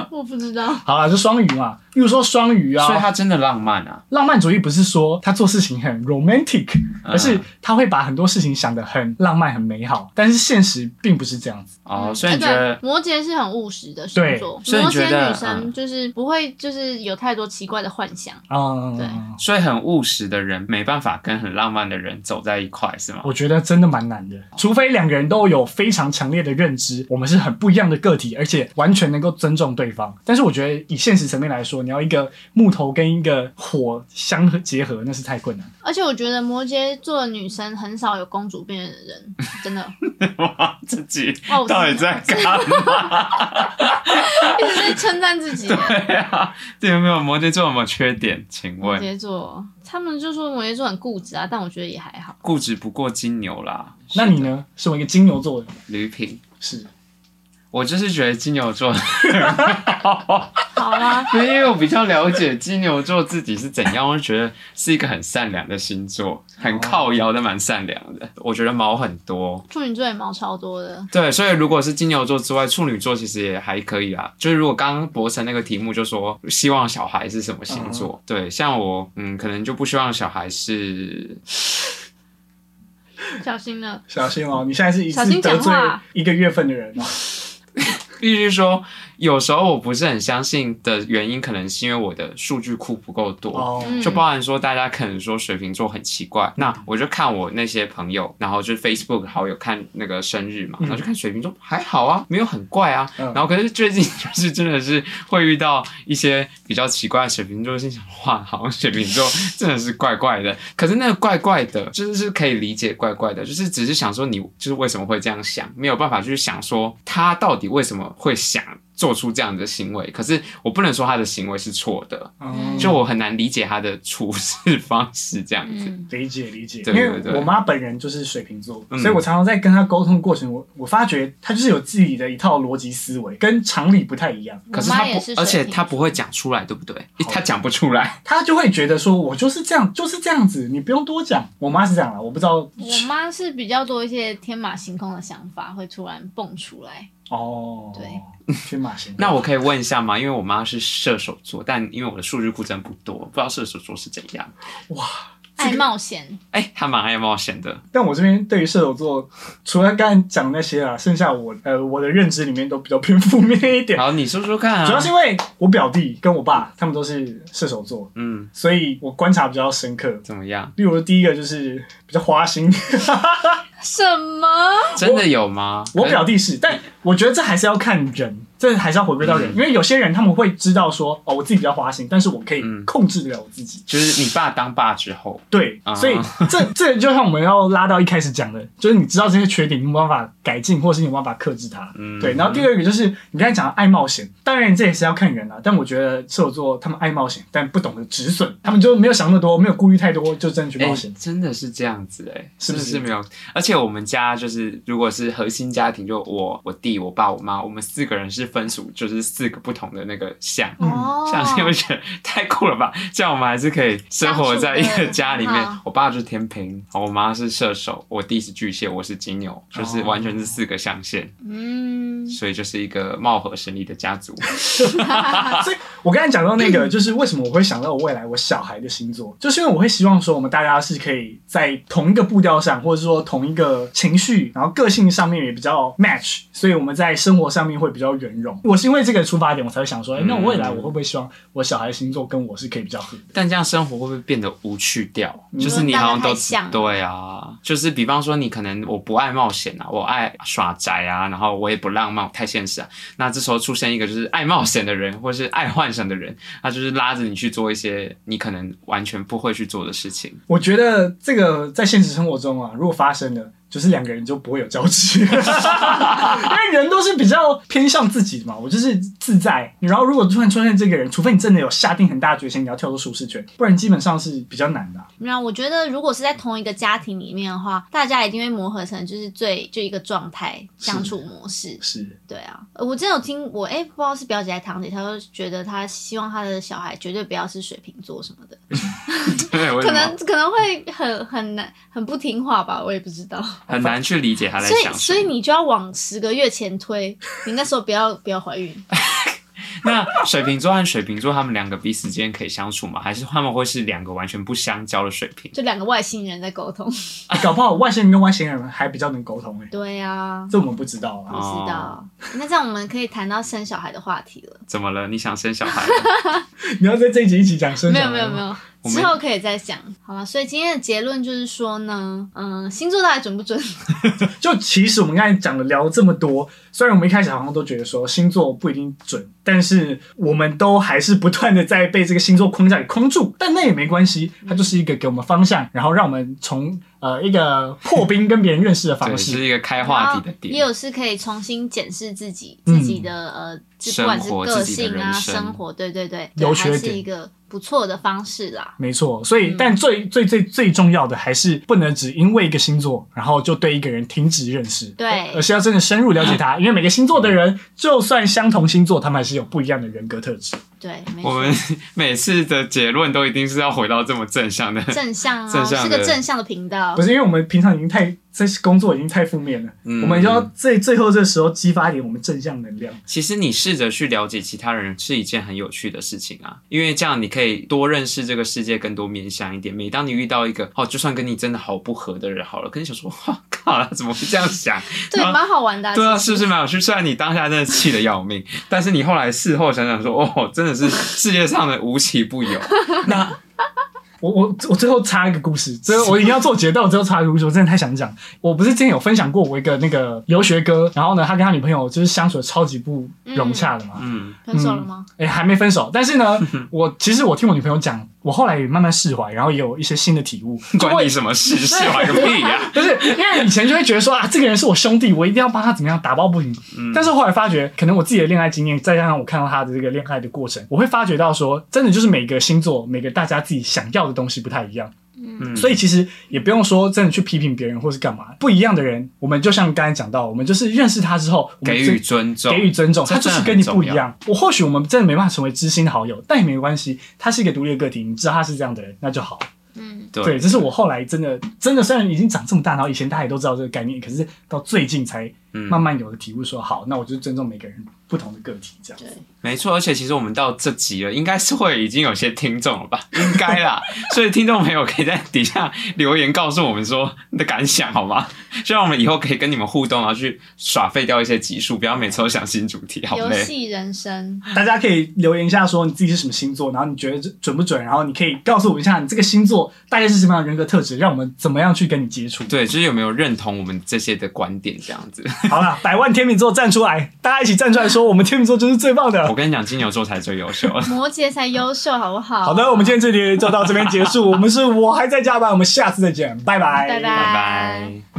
Speaker 2: 我不知道，
Speaker 3: 好啦，就双鱼嘛。例如说双鱼
Speaker 1: 所以
Speaker 3: 啊，
Speaker 1: 他真的浪漫啊！
Speaker 3: 浪漫主义不是说他做事情很 romantic，、而
Speaker 1: 嗯
Speaker 3: 是他会把很多事情想得很浪漫、很美好，但是现实并不是这样子。
Speaker 1: 哦，
Speaker 2: 嗯
Speaker 1: 所以你觉
Speaker 2: 哎
Speaker 1: 得
Speaker 2: 对摩羯是很务实的星座，
Speaker 1: 对所以
Speaker 2: 摩
Speaker 1: 你觉
Speaker 2: 羯
Speaker 1: 得嗯
Speaker 2: 女生就是不会就是有太多奇怪的幻想，
Speaker 3: 嗯，
Speaker 2: 对
Speaker 1: 所以很务实的人没办法跟很浪漫的人走在一块，是吗？
Speaker 3: 我觉得真的蛮难的，除非两个人都有非常强烈的认知，我们是很不一样的个体，而且完全能够尊重对方。但是我觉得以现实层面来说，你要一个木头跟一个火相合结合，那是太困难。
Speaker 2: 而且我觉得摩羯座的女生很少有公主病 的人，真的
Speaker 1: 哇，自己
Speaker 2: 哦我知道
Speaker 1: 到底在干嘛？
Speaker 2: 一直在称赞自己。
Speaker 1: 对啊， 这有没有摩羯座有没有缺点？请
Speaker 2: 摩
Speaker 1: 问，
Speaker 2: 羯座，他们就说摩羯座很固执啊，但我觉得也还好。
Speaker 1: 固执不过金牛啦。
Speaker 3: 那你呢？身为一个金牛座的人，
Speaker 1: 吕品，
Speaker 3: 是
Speaker 1: 我就是觉得金牛座，
Speaker 2: 好啊啦，
Speaker 1: 因为我比较了解金牛座自己是怎样，我就觉得是一个很善良的星座，很靠摇的，蛮善良的。我觉得毛很多，
Speaker 2: 处女座也毛超多的，
Speaker 1: 对，所以如果是金牛座之外，处女座其实也还可以啦。就是如果刚刚博成那个题目就说希望小孩是什么星座，对，像我，嗯，可能就不希望小孩是
Speaker 2: 小心了。
Speaker 3: 小心哦，你现在是一
Speaker 2: 小
Speaker 3: 次
Speaker 2: 心
Speaker 3: 得
Speaker 2: 讲
Speaker 3: 罪
Speaker 2: 话
Speaker 3: 一个月份的人哦。
Speaker 1: 必须说，有时候我不是很相信的原因，可能是因为我的数据库不够多。
Speaker 3: 哦，
Speaker 2: 嗯
Speaker 1: 就包含说，大家可能说水瓶座很奇怪，那我就看我那些朋友，然后就 Facebook 好友看那个生日嘛，
Speaker 3: 嗯
Speaker 1: 然后就看水瓶座还好啊，没有很怪啊。
Speaker 3: 嗯
Speaker 1: 然后可是最近就是真的是会遇到一些比较奇怪的水瓶座，心想哇，好像水瓶座真的是怪怪的。 可是那个怪怪的，就是是可以理解怪怪的，就是只是想说你就是为什么会这样想，没有办法去想说他到底为什么会想做出这样的行为。可是我不能说他的行为是错的，
Speaker 3: 嗯
Speaker 1: 就我很难理解他的处事方式这样子。
Speaker 2: 嗯，
Speaker 3: 理解理解，
Speaker 1: 对对
Speaker 3: 因
Speaker 1: 对
Speaker 3: 为我妈本人就是水瓶座，
Speaker 1: 嗯
Speaker 3: 所以我常常在跟她沟通过程，我我发觉她就是有自己的一套逻辑思维，跟常理不太一样。
Speaker 1: 可
Speaker 2: 我
Speaker 1: 是他
Speaker 2: 妈也
Speaker 1: 不
Speaker 2: 是，水
Speaker 1: 而且
Speaker 2: 瓶
Speaker 1: 他不会讲出来，对不对？他讲不出来，
Speaker 3: 她就会觉得说，我就是这样，就是这样子，你不用多讲。我妈是这样啦，我不知道
Speaker 2: 我妈是比较多一些天马行空的想法会突然蹦出来，
Speaker 3: 哦。
Speaker 2: 对，
Speaker 3: 天马行空。
Speaker 1: 那我可以问一下吗？因为我妈是射手座，但因为我的数据库真的不多，不知道射手座是怎样。
Speaker 2: 爱冒险。
Speaker 1: 哎、他蛮爱冒险的，
Speaker 3: 但我这边对于射手座，除了刚才讲那些啊，剩下我呃我的认知里面都比较偏负面一点。
Speaker 1: 好，你说说看啊。
Speaker 3: 主要是因为我表弟跟我爸他们都是射手座，
Speaker 1: 嗯，
Speaker 3: 所以我观察比较深刻。
Speaker 1: 怎么样？
Speaker 3: 例如第一个就是比较花心，
Speaker 2: 什么？
Speaker 1: 真的有吗？
Speaker 3: 我表弟是，但我觉得这还是要看人，这还是要回归到人，
Speaker 1: 哎嗯
Speaker 3: 因为有些人他们会知道说，哦，我自己比较花心，但是我可以
Speaker 1: 嗯
Speaker 3: 控制得了我自己。
Speaker 1: 就是你爸当爸之后，
Speaker 3: 对
Speaker 1: 啊，
Speaker 3: 所以这这就像我们要拉到一开始讲的，就是你知道这些缺点，你有没有办法改进，或是你有没有办法克制它。
Speaker 1: 嗯
Speaker 3: 对，然后第二个就是你刚才讲的爱冒险，当然这也是要看人啊，但我觉得射手座他们爱冒险，但不懂得止损，他们就没有想那么多，没有顾虑太多，就真的去
Speaker 1: 哎、
Speaker 3: 冒险。
Speaker 1: 真的是这样子哎、
Speaker 3: 是
Speaker 1: 真
Speaker 3: 不
Speaker 1: 的
Speaker 3: 是
Speaker 1: 是没有？而且我们家就是，如果是核心家庭，就我、我弟、我爸、我妈，我们四个人是分属，就是四个不同的那个项。
Speaker 3: 嗯
Speaker 2: 哦，
Speaker 1: 像你会觉得太酷了吧？ 这样我们还是可以生活在一个家里
Speaker 2: 相
Speaker 1: 面
Speaker 2: 处得很好。
Speaker 1: 我爸就是天平，我妈是射手，我弟是巨蟹，我是金
Speaker 2: 哦
Speaker 1: 牛，就是完全是四个象限，
Speaker 2: 嗯，
Speaker 1: 所以就是一个貌合神离的家族。
Speaker 3: 所以我刚才讲到那个，就是为什么我会想到我未来我小孩的星座，就是因为我会希望说我们大家是可以在同一个步调上，或者说同一个情绪，然后个性上面也比较 match，所以我们在生活上面会比较圆融。我是因为这个出发点，我才会想说，哎、那我未来我会不会希望我小孩的星座跟我是可以比较合的？
Speaker 1: 但这样生活会不会变得无趣掉？
Speaker 3: 嗯
Speaker 1: 就是你好像
Speaker 2: 大家
Speaker 1: 都
Speaker 2: 太像了
Speaker 1: 对啊，就是比方说你可能我不爱冒险啊，我爱耍宅啊，然后我也不浪漫，我太现实啊。那这时候出现一个就是爱冒险的人，或是爱幻省的人，他就是拉着你去做一些你可能完全不会去做的事情。
Speaker 3: 我觉得这个在现实生活中啊，如果发生了，就是两个人就不会有交集，因为人都是比较偏向自己的嘛。我就是自在，然后如果突然出现这个人，除非你真的有下定很大的决心，你要跳出舒适圈，不然基本上是比较难的啊、
Speaker 2: 那我觉得，如果是在同一个家庭里面的话，大家一定会磨合成就是最就一个状态相处模式。
Speaker 3: 是，
Speaker 2: 对啊，呃我真的有听我哎、不知道是表姐还是堂姐，她就觉得她希望她的小孩绝对不要是水瓶座什么的，
Speaker 1: 对，为什
Speaker 2: 可
Speaker 1: 么
Speaker 2: 能可能会很很难很不听话吧，我也不知道。
Speaker 1: 很难去理解他在
Speaker 2: 所以
Speaker 1: 想什
Speaker 2: 所以
Speaker 1: 么？
Speaker 2: 你就要往十个月前推，你那时候不要不要怀孕。
Speaker 1: 那水瓶座和水瓶座他们两个彼此之间可以相处吗？还是他们会是两个完全不相交的水瓶？
Speaker 2: 就两个外星人在沟通。
Speaker 3: 搞不好外星人跟外星人还比较能沟通诶、欸
Speaker 2: 对啊，
Speaker 3: 这我们不知道
Speaker 2: 不
Speaker 3: 啊。
Speaker 2: 知
Speaker 1: 哦
Speaker 2: 道。那这样我们可以谈到生小孩的话题了。
Speaker 1: 怎么了？你想生小孩了？
Speaker 3: 你要在这一集一起讲生
Speaker 2: 没
Speaker 3: 小
Speaker 2: 有
Speaker 3: 孩
Speaker 2: 没有
Speaker 3: 吗
Speaker 2: 没有，
Speaker 1: 我们
Speaker 2: 之后可以再讲，好吧？所以今天的结论就是说呢，嗯，星座到底准不准？
Speaker 3: 就其实我们刚才讲了聊这么多，虽然我们一开始好像都觉得说星座不一定准，但是我们都还是不断的在被这个星座框架给框住， 但那也没关系，它就是一个给我们方向，然后让我们从呃一个破冰跟别人认识的
Speaker 1: 对，
Speaker 3: 方式。
Speaker 1: 是一个开话题的
Speaker 2: 也
Speaker 1: 点。
Speaker 2: 有是可以重新检视自己
Speaker 3: 嗯
Speaker 2: 自己的呃，自不
Speaker 1: 生
Speaker 2: 管是
Speaker 1: 活自
Speaker 2: 个
Speaker 1: 己的
Speaker 2: 性啊、
Speaker 1: 人生
Speaker 2: 生活，对对对，对
Speaker 3: 优缺
Speaker 2: 还
Speaker 3: 点
Speaker 2: 是一个不错的方式啦。
Speaker 3: 没错，所以
Speaker 2: 嗯
Speaker 3: 但最最最最重要的还是不能只因为一个星座，然后就对一个人停止认识，
Speaker 2: 对
Speaker 3: 而是要真的深入了解他，因为每个星座的人，就算相同星座，他们还是有不一样的人格特质。
Speaker 2: 对，没
Speaker 1: 我
Speaker 2: 错，
Speaker 1: 们每次的结论都一定是要回到这么正向 的，
Speaker 2: 正向 啊，
Speaker 1: 正向
Speaker 2: 是个
Speaker 1: 的
Speaker 2: 正向的频道
Speaker 3: 不。是因为我们平常已经太这工作已经太负面了，
Speaker 1: 嗯
Speaker 3: 我们要最最后这时候激发一点我们正向能量。
Speaker 1: 其实你试着去了解其他人是一件很有趣的事情啊，因为这样你可以多认识这个世界，更多面向一点。每当你遇到一个哦，就算跟你真的好不合的人好了，跟你想说，哇靠，他怎么会这样想？
Speaker 2: 对，
Speaker 1: 然后
Speaker 2: 蛮好玩的、
Speaker 1: 对啊，是
Speaker 2: 其实
Speaker 1: 不是蛮有趣？虽然你当下真的气得要命，但是你后来事后想想说，哦，真的是世界上的无奇不有。
Speaker 3: 那我我我最后插一个故事，最后我一定要做结，但我最后插一个故事，我真的太想讲。我不是之前有分享过我一个那个留学哥，然后呢，他跟他女朋友就是相处的超级不融洽的嘛。
Speaker 1: 嗯，
Speaker 2: 分手了吗？
Speaker 3: 哎、还没分手，但 是呢，我其实我听我女朋友讲，我后来也慢慢释怀，然后也有一些新的体悟。
Speaker 1: 关你什么事？是玩个屁 呀、
Speaker 3: 不是 因为以前就会觉得说啊，这个人是我兄弟，我一定要帮他怎么样打抱不平。
Speaker 1: 嗯
Speaker 3: 但是后来发觉，可能我自己的恋爱经验，再加上我看到他的这个恋爱的过程，我会发觉到说，真的就是每个星座，每个大家自己想要的东西不太一样。
Speaker 1: 嗯
Speaker 3: 所以其实也不用说真的去批评别人或是干嘛，不一样的人，我们就像刚才讲到，我们就是认识他之后，我们
Speaker 1: 给
Speaker 3: 这
Speaker 1: 予尊重，
Speaker 3: 给予尊重，他就是跟你不一
Speaker 1: 这真的
Speaker 3: 样。我或许我们真的没办法成为知心的好友，但也没关系，他是一个独立的个体，你知道他是这样的人，那就好。
Speaker 2: 嗯，
Speaker 1: 对
Speaker 3: 对，这是我后来真的真的，虽然已经长这么大，然后以前大家也都知道这个概念，可是到最近才
Speaker 1: 嗯
Speaker 3: 慢慢有的体悟说，好，那我就尊重每个人不同的个体，这样
Speaker 2: 对。
Speaker 1: 没错，而且其实我们到这集了，应该是会已经有些听众了吧？应该啦，所以听众朋友可以在底下留言告诉我们说你的感想好吗？希望我们以后可以跟你们互动，然后去耍废掉一些集数，不要每次都想新主题，好
Speaker 2: 游
Speaker 1: 累。
Speaker 2: 戏人生，
Speaker 3: 大家可以留言一下，说你自己是什么星座，然后你觉得这准不准，然后你可以告诉我一下你这个星座大概是什么样的人格特质，让我们怎么样去跟你接触。
Speaker 1: 对，就是有没有认同我们这些的观点这样子？
Speaker 3: 好了，百万天秤座站出来，大家一起站出来说，我们天秤座就是最棒的
Speaker 1: 我。跟你讲，金牛座才最优秀。
Speaker 2: 摩羯才优秀，好不好？
Speaker 3: 好的，我们今 天这集就到这边结束。我们是我还在加班，我们下次再见，拜拜，
Speaker 2: 拜拜
Speaker 1: 拜拜。